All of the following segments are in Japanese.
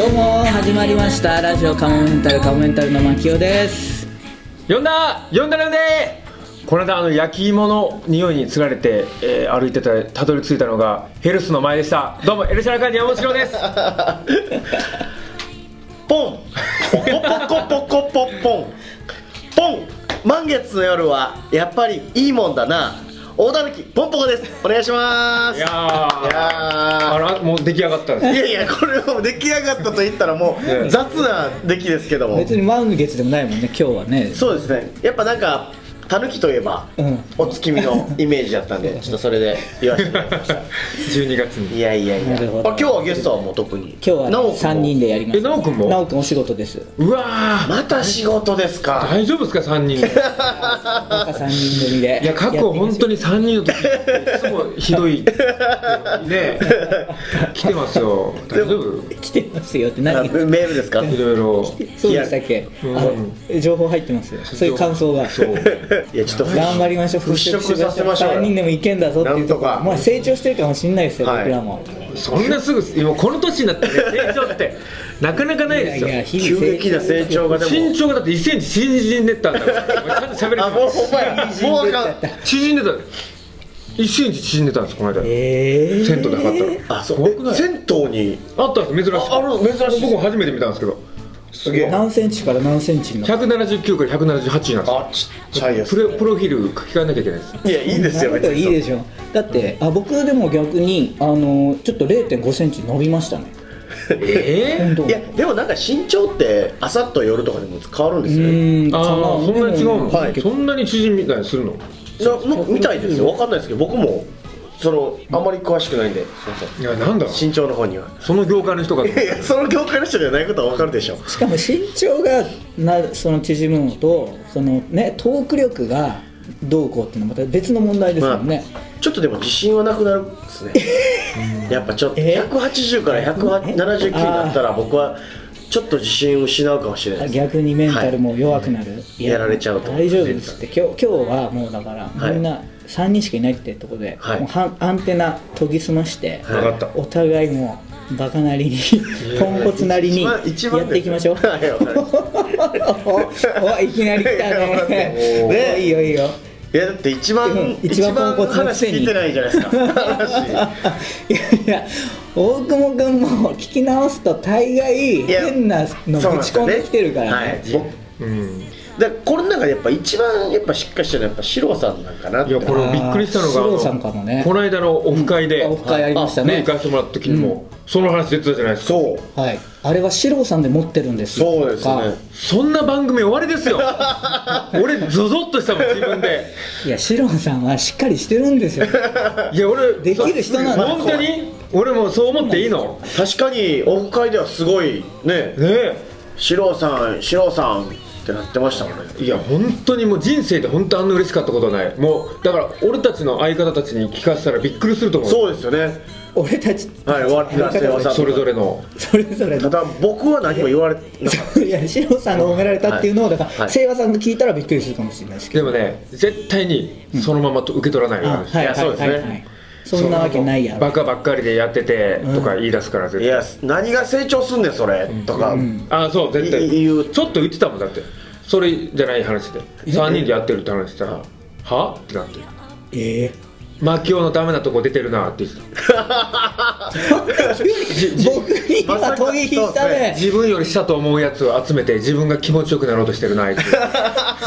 始まりましたラジオカモメンタルカモメンタルの牧雄です呼んだ呼んだ呼んでこの間あの焼き芋の匂いにつられて、えー歩いてたらたどり着いたのがヘルスの前でしたどうもエルシャラカーニ山本城ですポンポコポコポコポッポンポン満月の夜はやっぱりいいもんだな大田きポンポコですお願いしますいやーいやあらもう出来上がったんーいですやいやこれもう出来上がったと言ったらもねう雑な出来ですけども別に満月でもないもんね今日はねそうですねやっぱなんかたぬきといえば、うんお月見のイメージだった んでちょっとそれで言わせていただきまし 12月たにいやいやいやなるほどあ今日はゲストはもう特に今今日は、ね、3人でやりまえす奈くんもなおくんお仕事ですうわーまた仕事ですか大丈夫ですか3人でなんか3人組でいや過去本当にに3人の時いつもひ どいね来てますよ大丈夫来てますよってあ何メールですかいろいろそうでしたっけうんあえ情報入ってますよそういう感想がそう いやちょっと頑張りましょう払拭させましょうよ3人でもいけんだぞっていうとこなんとかまあ成長してるかもしれないですよ、はい僕らもそんなすぐ今この年になってね成長ってなかなかないですよ日急激な成長がでも 身長がだって1センチ縮んでったんだからちゃんと喋れあてもうるほんまやもうあかん縮んでた1センチ縮んでたんですこの間ええ銭湯で測ったらあそう怖くない銭湯にらあったんです珍しくあある珍しい僕も初めて見たんですけどすげえ何センチから何センチになる179から178なんですよあちっちゃいやプつロプロフィール書き換えなきゃいけないですいやいいですよ別にいいでしょだってあ僕でも逆にあのちょっと0 5センチ伸びましたねえ本当いやでもなんか身長って朝と夜とかでも変わるんですうよねーんああかそんなに違うの、はいそんなに縮みたいにするのななみたいですよわかんないですけど僕もそのあんまり詳しくないんですいませんいやなんだろう身長の方にはその業界の人がいやその業界の人じゃないことはわかるでしょしかも身長がなその縮むのとそのねトーク力がどうこうっていうのはまた別の問題ですもんね、ちょっとでも自信はなくなるんで すねやっぱちょっとえ180から179になったら僕はちょっと自信を失うかもしれないです逆にメンタルも弱くなる、いやられちゃうと大丈夫ですって今日今日はもうだから、はいみんな3人しかいないってとこで、はいもうはアンテナ研ぎ澄まして、い分かったお互いもうバカなりにポンコツなりにや一番っていきましょう一番ですよはいわかりまし たおおいきなり来たいや待ってねもうねいいよいいよいやだって一番、うん一一番番ポンコツのく話せに聞いてないじゃないですか話いやいや大久保君も聞き直すと大概いや 変なのそぶうなんでちす込んよねできてるからねはい僕うんだからこの中でやっぱ一番やっぱしっかりしてるのはやっぱシロさんなんかなっいてやこれびっくりしたのがあーあの四郎さんかもねこの間のオフ会で、あオフ会ありましたねね行かせてもらった時にも、その話出てたじゃないですかそうはいあれは四郎さんで持ってるんですよそうですねそんな番組終わりで すよ俺ゾゾッとしたもん自分でいや四郎さんはしっかりしてるんですよいや俺できる人なんだ本当に俺もそう思っていいの確かにオフ会ではすごいねねえシロさんシロさんってなってましたもんねいや本当にもう人生で本当あんな嬉しかったことはないもうだから俺たちの相方たちに聞かせたらびっくりすると思うそうですよね俺たちはい終わってた世話さんそれぞれのそれぞれたのだ僕は何も言われなかったいや四郎さんが褒められたっていうのをだからはい清和さんが聞いたらびっくりするかもしれないですけでどもね絶対にそのままと受け取らないようにあはいいやはいそうですはねいはいそんなわけないやろバカばっかりでやっててとか言い出すから絶い対や何が成長すんねんそれとか、あそう絶対いいいうちょっと言ってたもんだってそれじゃない話で3人でやってるって話したら「は?」ってなってええ「マキオのダメなとこ出てるな」って言ってた僕に今問い引いたね自分よりしたと思うやつを集めて自分が気持ちよくなろうとしてる なあいつっ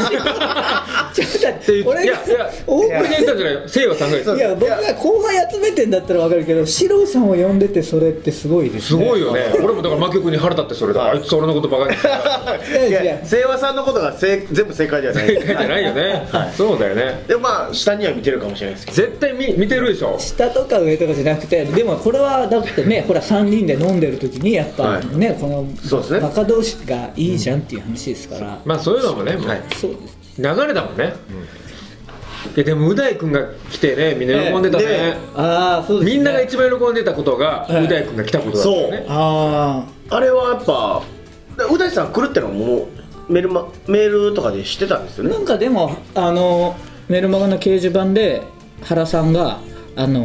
ちょっと待ってて言ってい俺がやいや大俺が言ったんじゃないよせいやさんが言っいてや僕が後輩集めてんだったらわかるけど四郎さんを呼んでてそれってすごいですすねごいよね俺もだからマキオ君に腹立ってそれだあいつ俺のことバカにしてるいやいいやや清和さんのことがせい全部正解で はない 正解じゃないよねそうだよねでもまあ下には見てるかもしれないですけ絶対見見てるでしょ下とか上とかじゃなくてでもこれはだってねほら3人で飲んでる時にやっぱね、こそうですのねバカ同士がいいじゃんっていう話ですから、まあそういうのもねもうはいそうです流れだもんね、いやでもう大君が来てねみんな喜んでたね、ねああそうです、ね、みんなが一番喜んでたことがええう大君が来たことだったよねあどあれはやっぱ宇大さん来るってのもメールマメールとかで知ってたんですよあなねんかでもあのメルマガの掲示板で原さんがあの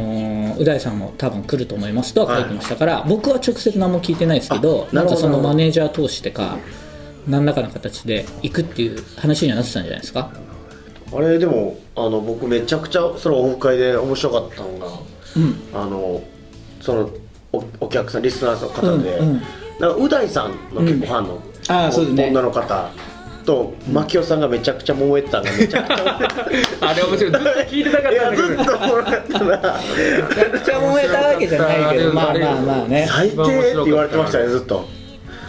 ー、う大さんも多分来ると思いますとは書いてましたから、僕は直接何も聞いてないですけどあななるんほどかそのマネージャー通してか何らかの形で行くっていう話にはなってたんじゃないですかあれでもあの僕めちゃくちゃそのオフ会で面白かったのが、あのそのおお客さんリスナーの方で、うんうんなんかう大さんの結構ファンの、あーそうですね女の方と牧雄さんがめちゃくちゃ揉めてたのがめちゃくちゃ あれ面白いずっと聞いてたかっいたんやだけずどっともらったなめちゃくちゃ燃えたわけじゃないけどまあまあまあね最低って言われてましたねずっと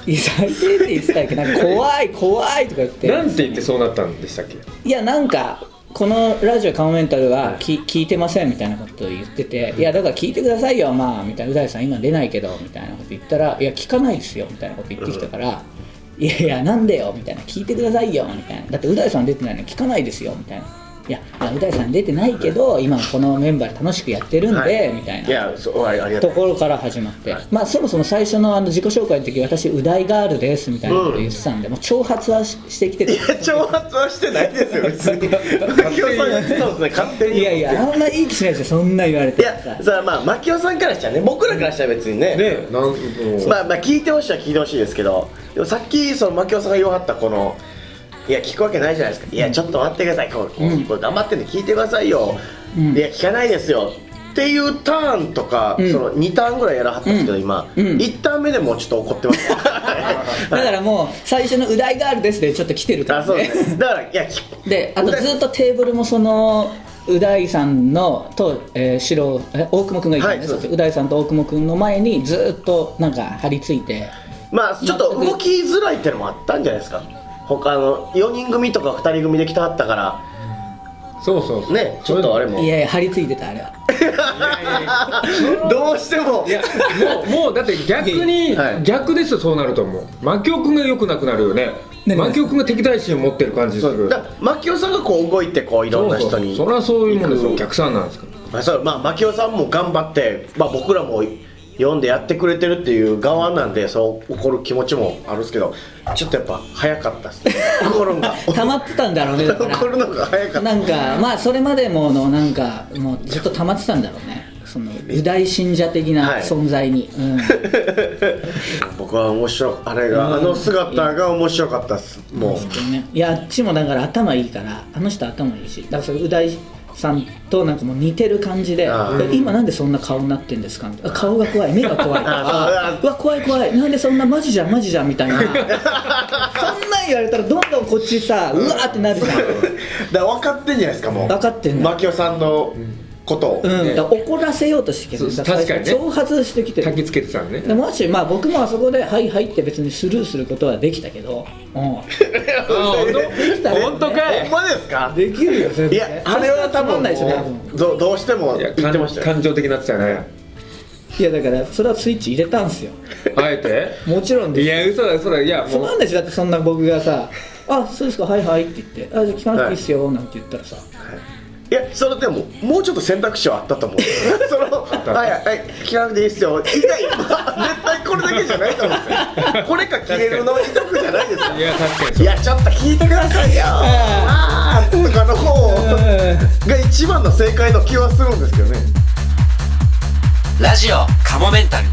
最低って言ってたっけなんか怖い怖いとか言ってなんて言ってそうなったんでしたっけいやなんかこのラジオカモメンタルはき聞いてませんみたいなことを言ってて「いやだから聞いてくださいよまあ」みたいな「う大さん今出ないけど」みたいなこと言ったら「いや聞かないですよ」みたいなこと言ってきたから「いやいやなんでよ」みたいな「聞いてくださいよ」みたいな「だってう大さん出てないのに聞かないですよ」みたいな「いやいやう大さん出てないけど今このメンバーで楽しくやってるんで」はいみたいないやそうありありがととうころから始まって、はいまあそもそも最初のあの自己紹介の時私う大ガールですみたいなこと言ってたんで、もう挑発はししてきてた いや挑発はしてないですよ別に牧雄さんが言ってたんですね勝手にいやいや、あんまいい気しないですよ、そんな言われいてやさあまあ牧雄さんからしたらね僕らからしたら別にねねなんもうまあまあ聞いてほしいは聞いてほしいですけどでもさっきその牧雄さんが言わはったこのいや聞くわけないじゃないですかいやちょっと待ってくださいこうこうこう頑張ってんで聞いてくださいよ、うんいや聞かないですよっていうターンとか、うんその2ターンぐらいやらはったんですけど、うん今、う一ん1ターン目でもうちょっと怒ってま す だからもう、最初のうだいガールですで、ちょっと来てるかあらそうねで。すねだからいや聞で、あとずっとテーブルもその、うだいさんのと、えー、シロえ大久保君がいたんはでいす、そうですうだいさんと大久保君の前にずっとなんか張り付いて、まあちょっと動きづらいってのもあったんじゃないですか他の4人組とか2人組で来たはったからそうそうそうねちょっとあれもいやいや、張り付いてた、あれは。 どうしてもいやもうもうだって逆に、 はい逆ですよそうなると思うマキオ君が良くなくなるよね何がマキオ君が敵対心を持ってる感じすそうるだから牧雄さんがこう動いてこういろんな人にそうそうそりゃそういうもんですよ行くお客さんなん ですからまあそうまあ牧雄さんも頑張って、まあ、僕らも読んでやってくれてるっていう側なんでそう怒る気持ちもあるんですけどちょっとやっぱ早かったっ すね怒るのが溜まってたんだろうね、だ から怒るのが早かったなんかまあそれまでものなんかもうずっと溜まってたんだろうねそのう大信者的なはい存在に、うん僕は面白いあれがあの姿が面白かったっすもう本当にねいやあっちもだから頭いいからあの人頭いいしだからそれう大さんとなんかもう似てる感じであ「今なんでそんな顔になってんですか?」みたいな顔が怖い目が怖いとあかそううわ怖い怖いなんでそんなマジじゃんマジじゃん」みたいなそんなん言われたらどんどんこっちさうわーってなるじゃん だから分かってんじゃないですかもう分かってんの牧雄さんのことを、うん、だから怒らせようとしてきてるそうだら確かにね挑発してきてる焚きつけてた んねでもし、まあ、僕もあそこで「はいはい」って別にスルーすることはできたけど、うあ本当かほんいまですかん、できるよ全いやあれは多分んないでしょ多も分うどどうしてもいや言ってましたよ感情的になってたよねいやだからそれはスイッチ入れたんすよあえてもちろんいですや嘘だ嘘だいやつもまうんないしだってそんな僕がさ「あそうですかはいはい」って言って「あじゃあ聞かなくていいっすよ」なんて言ったらさいやそれでももうちょっと選択肢はあったと思う そのはいはい聞かなくていいっすよ以外、ま あ、絶対これだけじゃないと思うんですよ これか消えるの一択じゃないですよいや確かにいやちょっと聞いてくださいよあーとかの方が一番の正解の気はするんですけどねラジオカモメンタル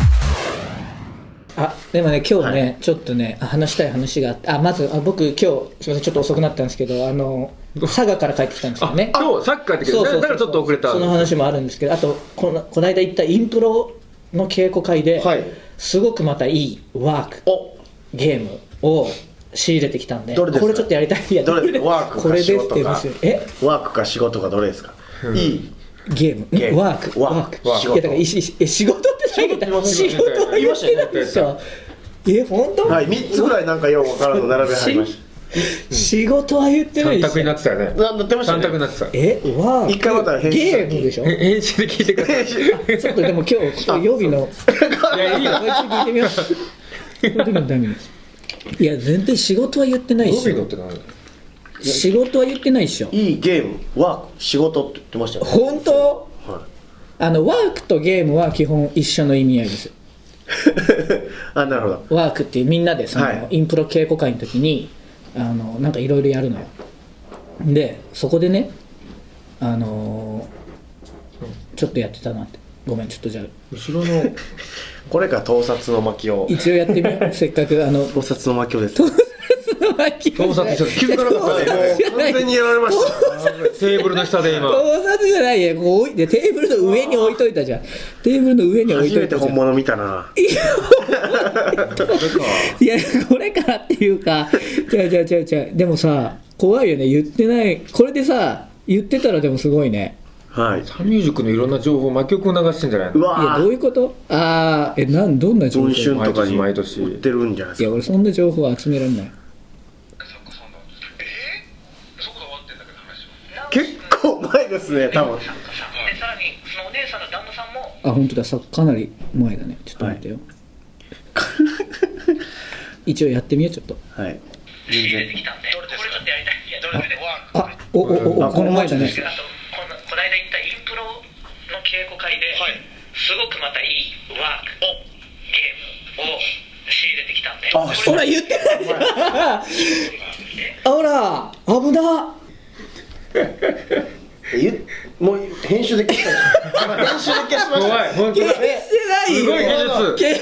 あでもね今日ね、ちょっとねあ話したい話があってあまずあ僕今日すいませんちょっと遅くなったんですけどあの佐賀から帰ってきたんですよねあ今日サッカーって言うけどだからちょっと遅れたその話もあるんですけどあとこのこの間行ったインプロの稽古会で、はいすごくまたいいワークおゲームを仕入れてきたんでどれですこかれちょっとやりたいいやど れですかワークこかれです仕って言い事まかすよえワークか仕事かどれですかいいゲームゲームワークワーワクーワーククいやだからいしいや仕事って何言った仕事は言ってないでしょえ本当、はい3つぐらいなんかようわからんの並べはりまし仕事は言ってない三でし択にょなってたよねたななってました三択にねなってたえワーク一回また編集したゲームでしょえ編集で聞いてくださいちょっとでも今日予備のいやいいよもう一度聞いてみよう。でもダメです いや、全然仕事は言ってないっロしビーょのって何仕事は言ってないっしょ。いいゲームワーク仕事って言ってましたよね本当はあの、ワークとゲームは基本一緒の意味合いです。 あなるほどワークっていうみんなでその、はいインプロ稽古会の時にあのなんかいろいろやるのよでそこでねあのーちょっとやってたなってごめんちょっとじゃあ後ろのこれから盗撮の巻きを一応やってみようせっかくあの 盗撮の巻きをです盗盗撮 ちょっと気づかなかったねじゃもうない完全にやられましたテーブルの下で今盗撮じゃないやここ置いてテーブルの上に置いといたじゃんテーブルの上に置い初とめいてたじゃ本ん物見たないやこれからっていうか違う違う違う違うでもさ怖いよね言ってないこれでさ言ってたらでもすごいねはいサンミュージックのいろんな情報を魔曲を流してんじゃないういやわどぁういうことああえなんどんな情報文春とかに毎年毎年売ってるんじゃないいでやすか俺そんな情報集められない結構前ですね多分でさらにそのお姉さんの旦那さんもあ本当ださかなり前だねちょっと待ってよ、一応やってみようちょっとはい全然来たんで、これちょっとやりたい。いや、どれでもワーク。あおおおあおこの前だねあとこのこの間行ったインプロの稽古会で、すごくまたいいワークをゲームを仕入れてきたんで、こあほら言ってないじゃんあほら危なゆもう編集で消したでしょ編集で消しました怖い本当消だしてないよすごい技術消してないっ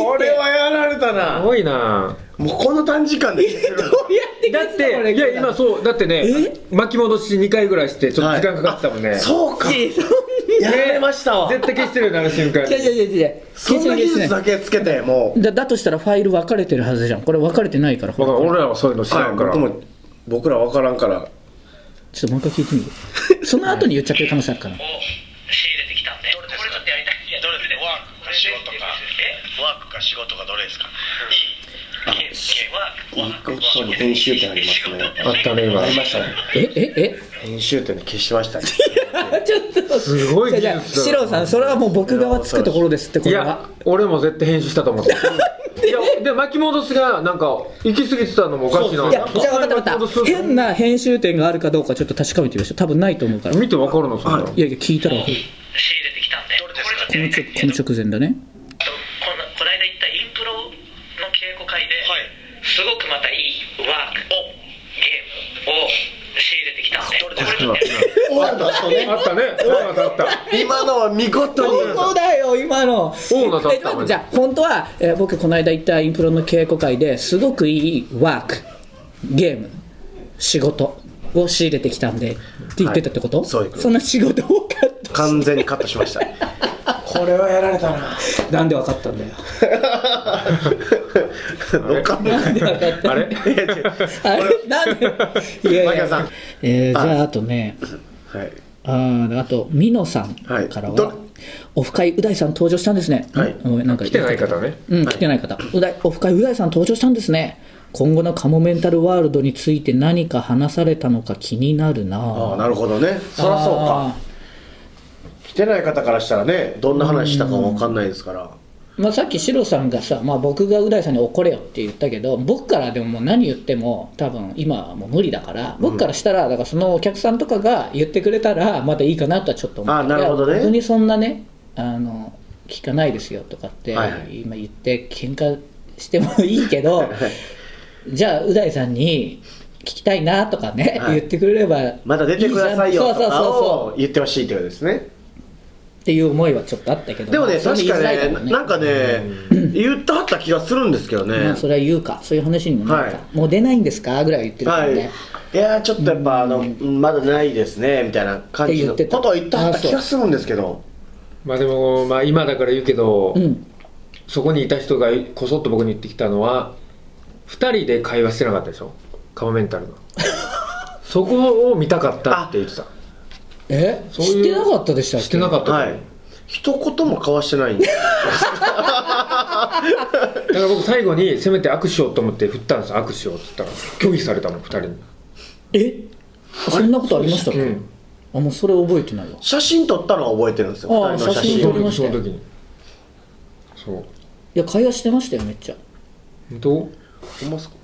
てこれはやられたすなごいなもうこの短時間で消せるどうやってだ消っすのこれていや今そうだってね巻き戻し2回ぐらいしてちょっと時間かかってたもんね、はいあそうかいやそんやられましたわ絶対消してるよねあの瞬間な違う違う違う違うそんな技消してない術だけつけてもうだだとしたらファイル分かれてるはずじゃんこれ分かれてないからわかんない俺らはそういうの知らんから、僕も僕ら分からんからちょっともう一回聞いてみるその後に言っちゃってる可能性あるからを仕入れてきたんで、これちょっとやりたい。いや、どれでもワークか仕事か、ワークか仕事かどれですか。いい。いいことに編集点ありますねあったね今ありましたねえええ編集点で消しましたねあちょっとすごい技術じだゃあじゃあシローさんそれはもう僕側つくところですってこいれやは俺も絶対編集したと思って いやで巻き戻しがなんか行き過ぎてたのもおかしいないやじゃあ分かった巻き戻分すかった変な編集点があるかどうかちょっと確かめてみましょう多分ないと思うからい見てわかるのそんなのやいや聞いたらこ仕入れてきたんで、これちょっとやのりたちょい。この直前だねこのこの間行ったインプロの稽古会で、すごくまたいいワークをゲームを仕入れてきたんでこれちょっとやりたい終わった後 ねあったねオーナーだった今のは見事にそうだよ今のーナーだったえちょっとじゃあ本当は、えー僕この間行ったインプロの稽古会ですごくいいワークゲーム仕事を仕入れてきたんでって言ってたってこと、はいそういうことそんな仕事多かった完全にカットしましたこれはやられたな なんでわかったんだよどっかもなんでわかったあれ あれなんでいやい槙原さんえーじゃああとねはいあーあと美濃さんからはいどはオフ会う大さん登場したんですね、はいごめんなんか来てない方ねうん、来てない方、うだいオフ会う大さん登場したんですね今後のカモメンタルワールドについて何か話されたのか気になるなあああなるほどねそらそうか来てない方からしたらねどんな話したかわかんないですからーまあ、さっきシロさんがさ、まあ、僕がう大さんに怒れよって言ったけど僕からでももう何言っても多分今はもう無理だから僕からしたらだからそのお客さんとかが言ってくれたらまだいいかなとはちょっと思うあーなるほどねいや僕にそんなねあの聞かないですよとかってはいはい今言って喧嘩してもいいけど、じゃあう大さんに聞きたいなとかね、はい言ってくれればまた出てくださいじゃよんそとうそうかそうをそう言ってほしいってことですねっていう思いはちょっとあったけどでもねそれ確言かいづらいねらなんかね言ってはった気がするんですけどまねあそれは言うかそういう話にもなるか、はもう出ないんですかぐらいは言ってるかはらいね、いやーちょっとやっぱあのまだないですねみたいな感じのって言ってたことを言ってはったあそう気がするんですけどまあでもまあ今だから言うけど、うんそこにいた人がこそっと僕に言ってきたのは2人で会話してなかったでしょカモメンタルのそこを見たかったって言ってたえそう知いってうなかったでしたっけしてなかったと思う、はい一言も交わしてな いんでだから僕最後にせめて握手をと思って振ったんです握手をって言ったら拒否されたの2人にえそんなことありましたっけ、うんあもうそれ覚えてないわ写真撮ったのは覚えてるんですよあー二人の写写真真撮をりましたそよの時にそういや会話してましたよめっちゃどほんまっすか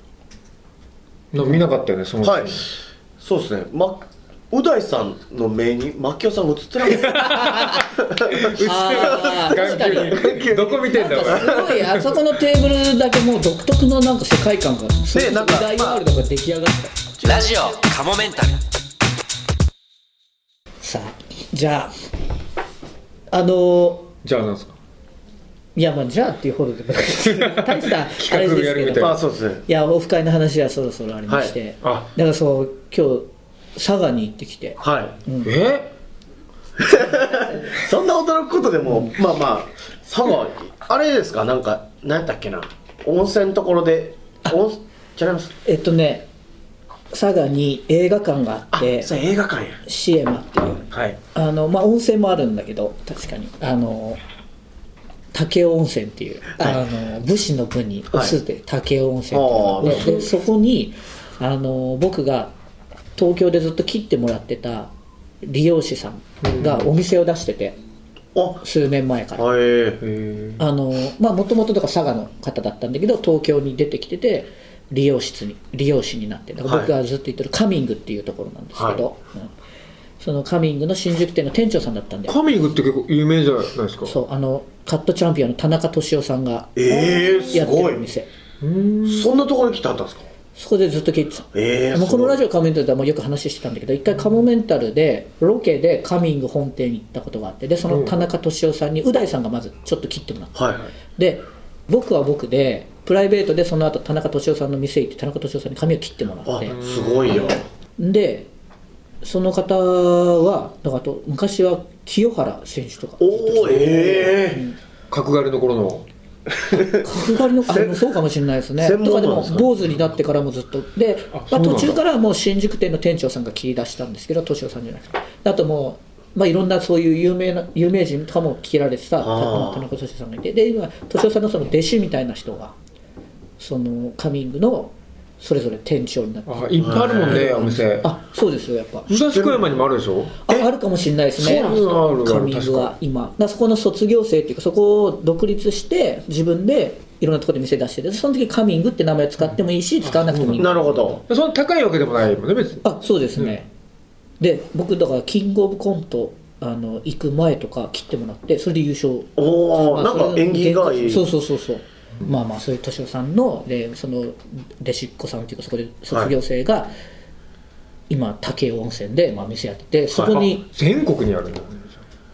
うな見なかったよねその時はいそうですねまう大さんの目に槙尾さんが映ってなかった ああ確かに眼球に どこ見てんだおすごいあそこのテーブルだけもう独特のなんか世界観がねなんか時代ワールドが出来上がった、ラジオカモメンタルさあじゃああのじゃあなんですかいやまあじゃあっていうほどでも 大したあれ企画をでやするけみどたいあそうですねいやオフ会の話はそろそろありまして、はいあだからそう今日佐賀に行ってきてはいえそんな驚くことでも、まあまあ佐賀あれですかなんか何やったっけな温泉のところで温泉違いますえっとね佐賀に映画館があっあてそれ映画館やシエマっていうはいあのまあ温泉もあるんだけど確かにあの武雄温泉っていう、はいあの武士の部に「おはいす」で武雄温泉っていうのがあってあーでそこにあの僕が東京でずっと切ってもらってた理容師さんがお店を出しててあ数年前からはいえあのまあもともとだから佐賀の方だったんだけど東京に出てきてて理容室に理容師になってだから僕はがずっと言ってるカミングっていうところなんですけど、うんそのカミングの新宿店の店長さんだったんだよカミングって結構有名じゃないですかそうあのカットチャンピオンの田中俊夫さんがえー、すやってごるい店うーんそんなところに来たんですかそこでずっと聞いてたえー、もうすこのごいラジオカモメンタルではもうよく話してたんだけど一回カモメンタルでロケでカミング本店に行ったことがあってでその田中俊夫さんにう大さんがまずちょっと切ってもらったはいはいで僕は僕でプライベートでその後田中俊夫さんの店行って田中俊夫さんに髪を切ってもらっあてすごいよでその方はだからあと昔は清原選手とかおおええ角刈りの頃の角刈りのあれもそうかもしれないですね専門とかでなんもですか坊主になってからもずっとで、あそまあ、うなんだ途中からもう新宿店の店長さんが切り出したんですけど敏夫さんじゃなくてあともう、まあ、いろんなそういう有名な有名人とかも切られてたたあー田中俊夫さんがいてで今敏夫さんのその弟子みたいな人がそのカミングのそれぞれ店長になってあいっぱいあるもんねお店あそうですよやっぱ東福山にもあるでしょああるかもしれないですねそうなんですかあるあるカミング確はか今だからそこの卒業生っていうかそこを独立して自分でいろんなところで店出しててその時カミングって名前使ってもいいし使わなくてもいいなるほどそんな高いわけでもないもんね別にあそうですね、で僕だからキングオブコントあの行く前とか切ってもらってそれで優勝おおまなあんか縁起がいいそうそうそうそう、まあまあそういう敏夫さんのでその弟子っ子さんっていうかそこで卒業生が、今武雄温泉で、まあ、店やっててそこに、あ全国にあるんだね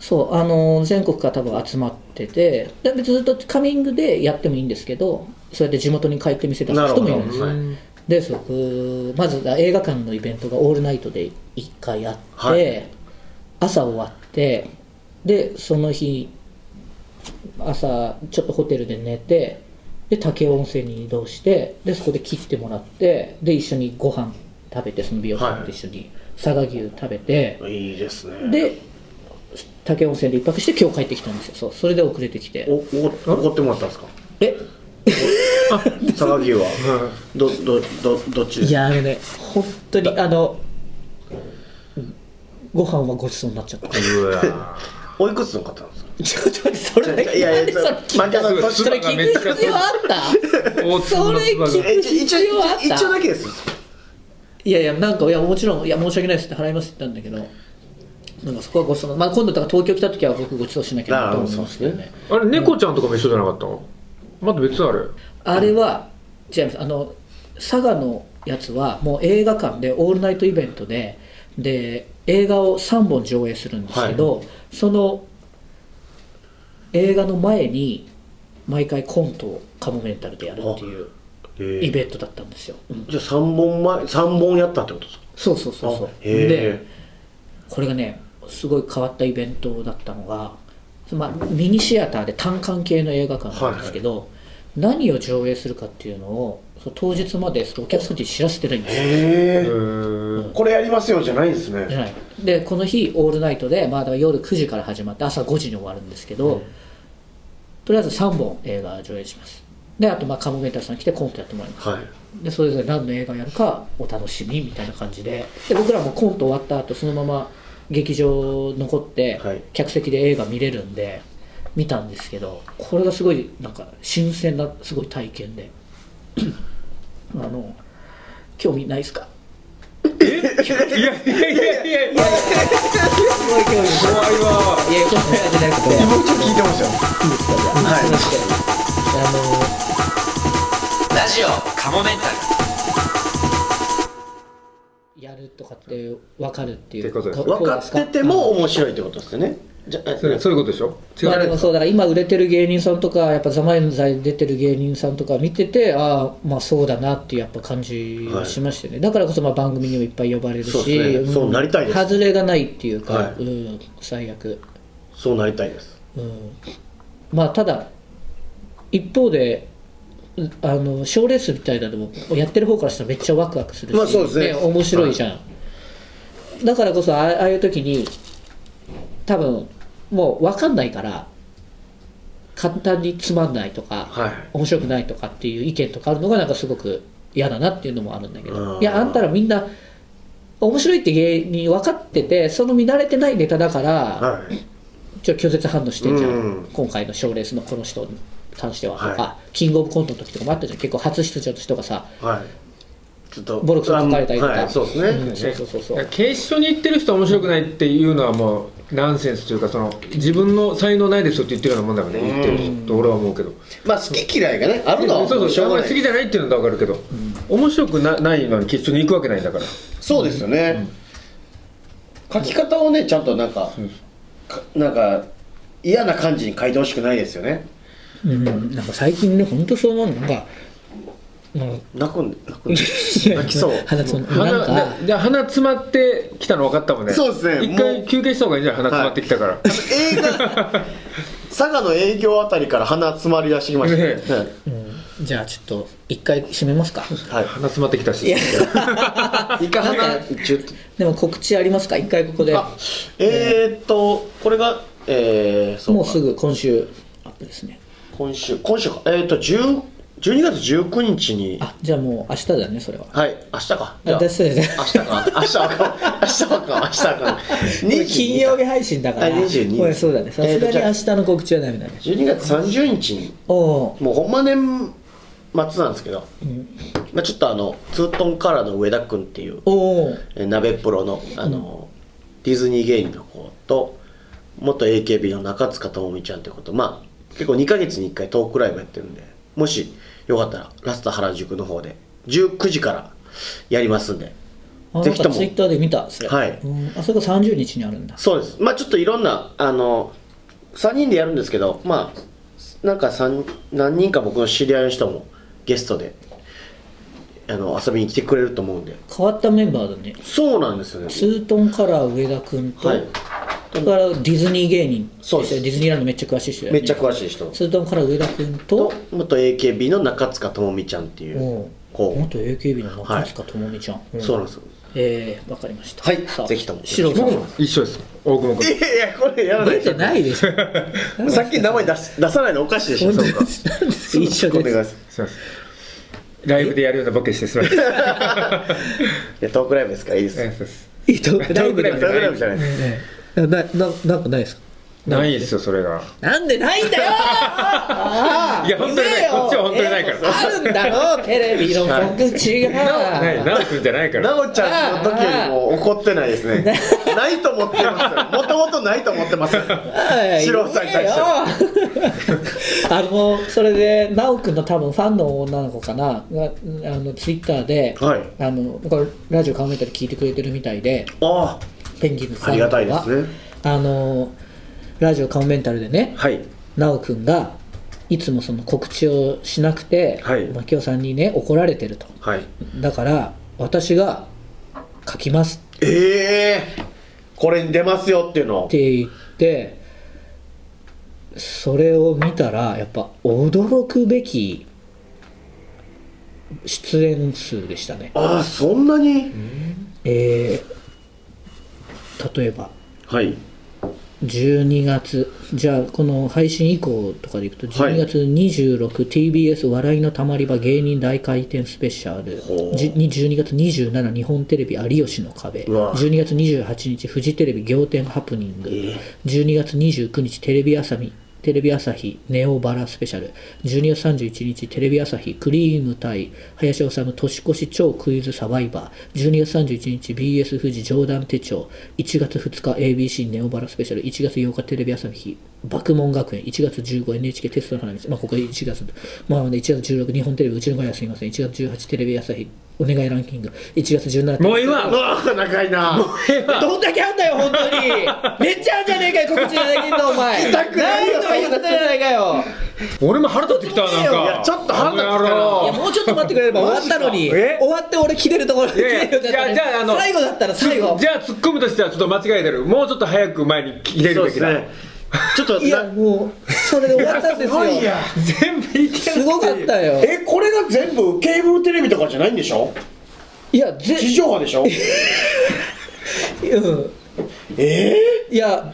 そうあの全国から多分集まっててで別にずっとカミングでやってもいいんですけどそうやって地元に帰って見せた人もいるんですなるほどようんでそこまず映画館のイベントがオールナイトで1回あって、はい朝終わってでその日朝ちょっとホテルで寝てで武雄温泉に移動してでそこで切ってもらってで一緒にご飯食べてその美容師さんと一緒に佐賀牛食べて、いいですねで武雄温泉で一泊して今日帰ってきたんですよそうそれで遅れてきおてお怒ってもらったんですかえ佐賀牛はどどどどっちでいすかやあのね本当にあのご飯はごちそうになっちゃったおいくつの方なんですか ちょっと待ってそれだいけやなんいやでそれ聞いちょた待ってそれ聞いてる必要あった大粒そのれ粒が聞えく一必要あっ応一応だたけですいやいやなんかいやもちろんいや申し訳ないですって払いますって言ったんだけどなんかそこはごちそうまあ今度だから東京来た時は僕ごちそうしなきゃなと思いますけどなねあれ猫ちゃんとかも一緒じゃなかったのまた別あれあれは違いますあの佐賀のやつはもう映画館でオールナイトイベントでで映画を3本上映するんですけど、その映画の前に毎回コントをカモメンタルでやるっていうえイベントだったんですよ、じゃあ3本前三本やったってことですかそうそうそうそうあへえでこれがねすごい変わったイベントだったのが、まあ、ミニシアターで単館系の映画館なんですけど、何を上映するかっていうのをそう当日までそうお客さんに知らせてないんですよへえへこれやりますよじゃないんですじゃねないでこの日オールナイトで、まあ、だから夜9時から始まって朝5時に終わるんですけど、とりあえず3本映画上映しますであとまあカモメンタルさん来てコントやってもらいますはいでそれぞれ何の映画やるかお楽しみみたいな感じでで僕らもコント終わった後そのまま劇場残ってはい客席で映画見れるんで見たんですけどこれがすごいなんか新鮮なすごい体験 であの興味ないですかえいやいやいやいやいやすごい興味ない怖いわいや興味ないじゃなくてもうちょっと聞いてましたよいいですかじゃあ、はいすいませんあのラジオカモメンタルやるとかって分かるっていうってことですこ分かってても面白いってことですよねじゃあそれそういうことでしょ違まあ、うでもそうだから今売れてる芸人さんとかやっぱ「ザマインザイ出てる芸人さんとか見ててああまあそうだなっていうやっぱ感じはしましたよね、だからこそまあ番組にもいっぱい呼ばれるしそうですねんそうなりたいです外れがないっていうか、はいうん、最悪、そうなりたいですうん、まあただ一方でうあの賞レースみたいなのもやってる方からしたらめっちゃワクワクするし、まあそうですね面白いじゃん、だからこそあああいう時に多分もう分かんないから簡単につまんないとか、はい面白くないとかっていう意見とかあるのがなんかすごく嫌だなっていうのもあるんだけうどんいやあんたらみんな面白いって芸人分かっててその見慣れてないネタだから、はいちょっと拒絶反応してんじゃん、うん今回の賞レースのこの人に関してはとか、はキングオブコントの時とかもあったじゃん結構初出場の人がさはいちょっとボロクソ書かれたりとか、はいそうですね、んそうそうそうそうだから決勝に行ってる人は面白くないっていうのはもうナンセンスというかその自分の才能ないですよって言ってるようなもんだからね言ってる人と俺は思うけどまあ好き嫌いがねあるのはそうしそうょあうんがまりな好きいじゃないっていうのは分かるけど、面白くなないのに決勝に行くわけないんだからそうですよね、書き方をねちゃんとなんかかなんか嫌な感じに書いてほしくないですよねうん、なんか最近ね本当そう思うのなんかうん泣くん泣く ん泣きそう鼻つまん鼻なんかなな鼻詰まってきたの分かったもんねそうですね一も回う休憩した方がいいんじゃない鼻詰まってきたから、映画佐賀の営業あたりから鼻詰まり出してきましたねねじゃあちょっと一回締めますかはい、鼻詰まってきたしいやはい、一回鼻ちょっとでも告知ありますか一回ここであえー、っとこれがえー、そうもかうすぐ今週アップですね今週今週かえー、っと10 12月19日にあじゃあもう明日だねそれははい明日かじゃああですね明日か明日はあかん明日はあかん明日はあ かん22金曜日配信だからあ22これそうだねさすがえーにじゃあ明日の告知はダメだね12月30日におおもうほんま年末なんですけど、まあ、ちょっとあのツートンカラーの上田君っていうおおえー鍋プロのあの、ディズニー芸人の子と元 AKB の中塚智美ちゃんってことまあ結構2ヶ月に1回トークライブやってるんでもしよかったらラスト原宿の方で19時からやりますんであぜなんひかともツイッターで見たそれはいうんあそれが30日にあるんだそうですまあちょっといろんなあの3人でやるんですけどまあなんか三何人か僕の知り合いの人もゲストであの遊びに来てくれると思うんで変わったメンバーだねそうなんですよねツートンカラー上田君と、はいだからディズニー芸人そうですディズニーランドめっちゃ詳しい人だよめねっちゃ詳しい人ツートンカラー上田君とと元 AKB の中塚智美ちゃんっていおうう子元 AKB の中塚智美ちゃん、うんそうなんですよえー、わかりましたはいさあぜひとも白さん僕も一緒です大久保君いやいやこれやらない出てないでしょさっき名前出す出さないのおかしいでしょそうか一緒ごめんでなすさすいいませんライブでやるようなボケしてすみませんあいやトークライブですからいいですりがとうございいますいとライブラでイトブーでクライブじゃないですええなななんかないですかないですよそれがなんでないんだよあーいや本当になねいえよこっちは本当にないからあるんだろテレビの告知が、ない奈くんじゃないからなおちゃんの時よりも怒ってないですねないと思ってますもともとないと思ってま すはいシローさんに対して言えよ あのそれで奈くんの多分ファンの女の子かながあのツイッターで、はいあのこれラジオ考えたり聞いてくれてるみたいであペンギンのフあァンありのが子たいですねあのラジオカウンメンタルでねはい奈くんがいつもその告知をしなくて、はいマキオさんにね怒られてるとはいだから私が書きますええこれに出ますよっていうのって言ってそれを見たらやっぱ驚くべき出演数でしたねああそんなにえー、例えばはい12月じゃあこの配信以降とかでいくとはい12月 26TBS 笑いのたまり場芸人大回転スペシャルほうじ12月27日本テレビ有吉の壁うわ12月28日フジテレビ仰天ハプニング12月29日テレビ朝日テレビ朝日ネオバラスペシャル12月31日テレビ朝日クリーム対林修年越し超クイズサバイバー12月31日 BS 富士冗談手帳1月2日 ABC ネオバラスペシャル1月8日テレビ朝日爆問学園1月15 NHK テストの花道、まあ、ここ1月、まあ、1月16日本テレビうちの会はすみません1月18テレビ朝日お願いランキング1月17もういいわああ長いなどんだけあんだよ本当にめっちゃあんじゃねえかよ告知ができんのお前たくないよ何度も言ったじゃないかよ俺も腹立ってきたわなんかいやちょっと腹立ってきたないやもうちょっと待ってくれれば終わったのにマジかえ終わって俺切れるところ切れいるよやいやじゃああの最後だったら最後じゃあツッコミとしてはちょっと間違えてるもうちょっと早く前に切れるそうべできすだ、ねちょっといやなもうそれで終わったんですよ全部いけすごかったよえこれが全部ケーブルテレビとかじゃないんでしょいやぜ地上波 でしょうんえいや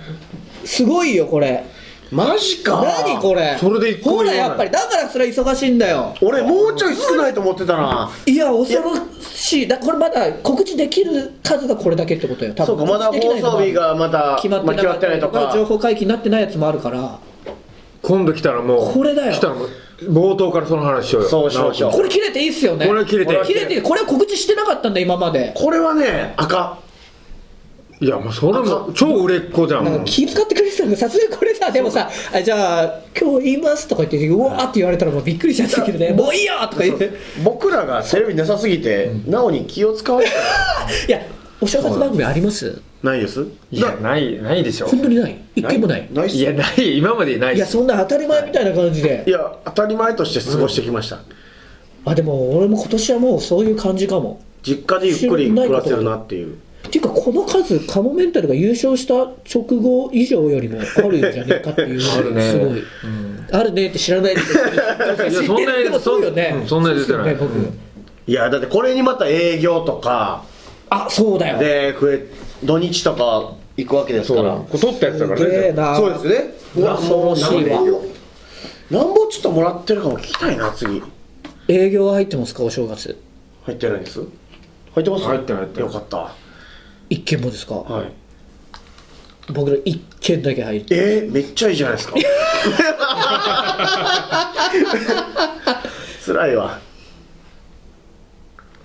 すごいよこれー、マジか何これそれで一個もほら言わないやっぱりだからそれ忙しいんだよ俺もうちょい少ないと思ってたないや恐ろしいだこれまだ告知できる数がこれだけってことよ多分そうかまだ告知できない放の送日がまだ決まってまあ決まなってないとか情報解禁になってないやつもあるから今度来たらもうこれだよ来たらもう冒頭からその話しようよそうしましょうこれ切れていいっすよねこれ切れて切れていいこれは告知してなかったんだ今までこれはね赤いやもうそれも超売れっ子じゃんなんもかう気使ってくれてたのさすがにこれさでもさあじゃあ今日言いますとか言ってうわーって言われたらもうびっくりしちゃったけどねもういいよとか言って僕らがテレビなさすぎて、なおに気を使われたらいやお正月番組ありますないですいやないないでしょ本当にない一回もないないっすいやない今までないいやそんな当たり前みたいな感じいでや当たり前として過ごしてきました、あでも俺も今年はもうそういう感じかも実家でゆっくり暮らせるなっていうっていうかこの数カモメンタルが優勝した直後以上よりもあるんじゃねえかっていう あるねすごい、あるねって知らないで知そってんなるでもそうよねうんそんなに出てないそうっすよね僕いやだってこれにまた営業とかあそうだよで増え土日とか行くわけですかそうらこれ取ったやつだからすげえねなそうですねうわ恐ろしいわなんぼちょっともらってるかも聞きたいな次営業は入ってますかお正月入ってないです入ってます入ってない入ってないよかった一件もですか、はい僕ら一件だけ入ってえー、めっちゃいいじゃないですか 辛いわ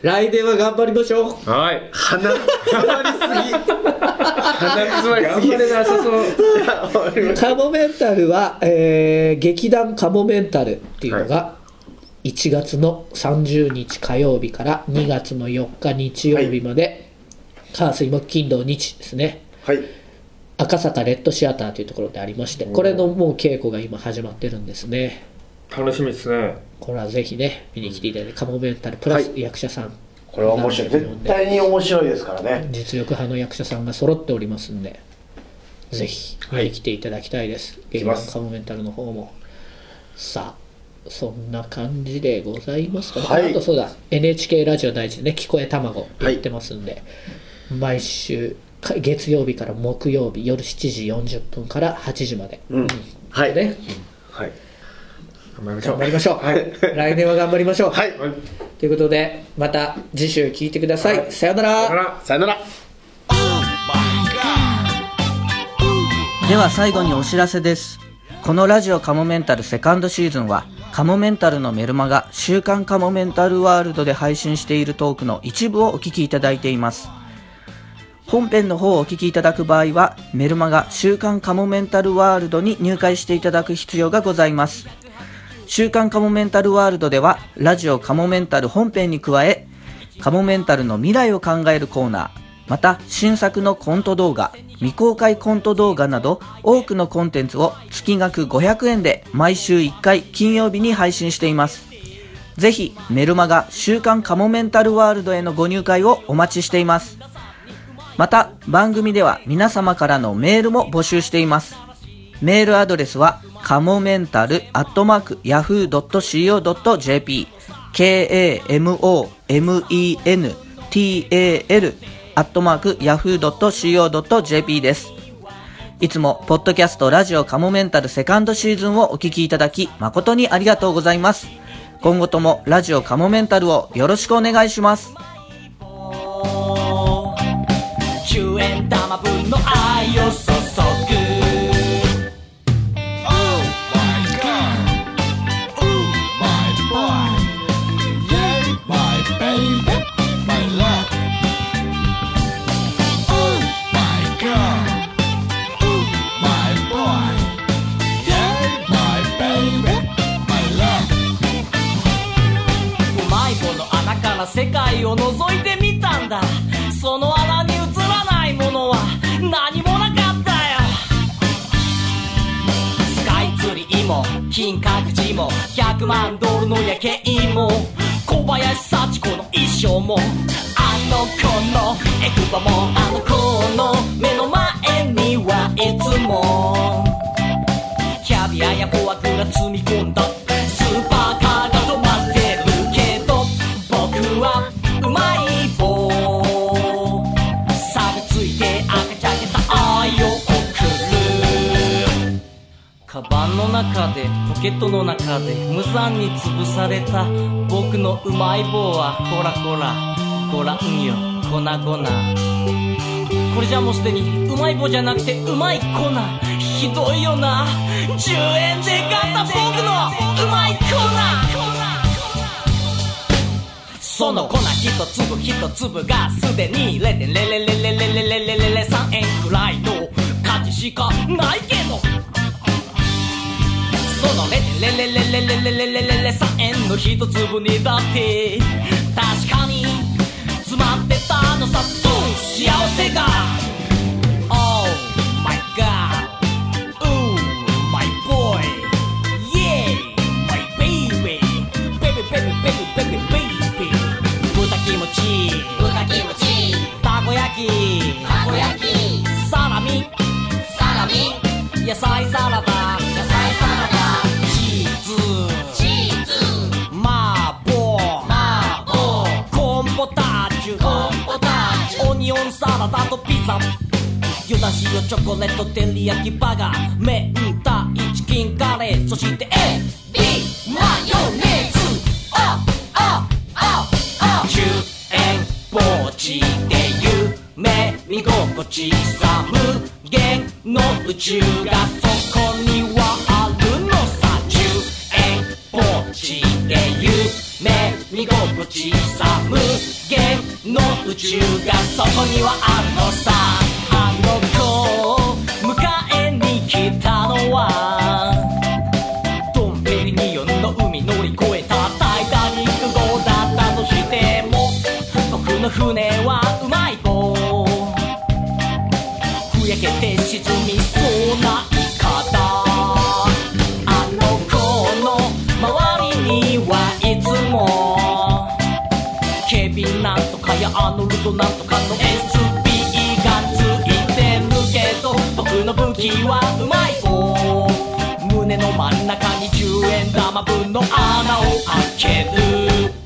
来年は頑張りましょうはい鼻詰まりすぎ鼻詰まりすぎれなさそうカモメンタルは、えー劇団カモメンタルっていうのが、1月の30日火曜日から2月の4日日曜日まで、火水木金土日ですねはい赤坂レッドシアターというところでありましてこれのもう稽古が今始まってるんですね楽しみですねこれはぜひね見に来ていただいてカモメンタルプラス役者さん、これは面白い絶対に面白いですからね実力派の役者さんが揃っておりますんでぜひ見に来ていただきたいです、ゲームカモメンタルの方もさあそんな感じでございますか、ねはいあとそうだ NHK ラジオ第一でね「聞こえ卵」はやっいてますんで、毎週か月曜日から木曜日夜7時40分から8時まで、うんはい ね、はい頑張りましょ頑う張りましょう、はい来年は頑張りましょう、はいということでまた次週聞いてください、さようならあらさよならでは最後にお知らせです。このラジオカモメンタルセカンドシーズンは、カモメンタルのメルマガ、週刊カモメンタルワールドで配信しているトークの一部をお聞きいただいています。本編の方をお聞きいただく場合は、メルマガ、週刊カモメンタルワールドに入会していただく必要がございます。週刊カモメンタルワールドでは、ラジオカモメンタル本編に加え、カモメンタルの未来を考えるコーナー、また新作のコント動画、未公開コント動画など、多くのコンテンツを月額500円で毎週1回金曜日に配信しています。ぜひ、メルマガ週刊カモメンタルワールドへのご入会をお待ちしています。また、番組では皆様からのメールも募集しています。メールアドレスは、かもめんたるアットマーク yahoo.co.jp k-a-m-o-m-e-n-t-a-l アットマーク yahoo.co.jp です。いつも、ポッドキャストラジオカモメンタルセカンドシーズンをお聞きいただき、誠にありがとうございます。今後ともラジオカモメンタルをよろしくお願いします。 10円玉分の愛を注ぐ Oh my god Oh my boy Yay my baby my love Oh my god Oh my boy 金閣寺も100万ドルの夜景も小林幸子の衣装もあの子のエクバもあの子の目の前にはいつもキャビアやフォアグラ積み込んだスーパーカーが止まってるけど僕はうまい棒錆びついて赤ちゃけた愛を送るカバンの中でポケットの中で無残に潰された僕のうまい棒はこらこらご覧よ粉々これじゃもうすでにうまい棒じゃなくてうまい粉ひどいよな10円で買った僕のうまい粉その粉一粒一粒がすでにレレレレレレレレレレレ3円くらいの価値しかないけどそのレレレレレレレレレレレ3円の一粒にだって確かに詰まってたのさそう幸せが Oh my god Ooh my boy Yeah my baby Baby baby baby baby baby 豚キムチ豚キムチたこ焼きたこ焼きサラミサラミ野菜サラダ野菜サラダチーズチーズ麻婆麻婆コーンポタージュコーンポタージュオニオンサラダとピザユダシオチョコレート照り焼きバーガー明太チキンカレーそして A ビマヨネーズああああ10円ポーチで夢見心地さ無限の宇宙がそこにはあるのさ10円ポーチで夢見心地さ無限の宇宙がそこにはあるのさあの子を迎えに来たのはドンペリニオンの海乗り越えたタイタニック号だったとしても僕の船はうまい棒ふやけて沈みそうなイカだあの子の周りにはいつも警備なんとかやアーノルドなんとかの SB がついてるけど僕の武器はうまい棒胸の真ん中に10円玉分の穴を開ける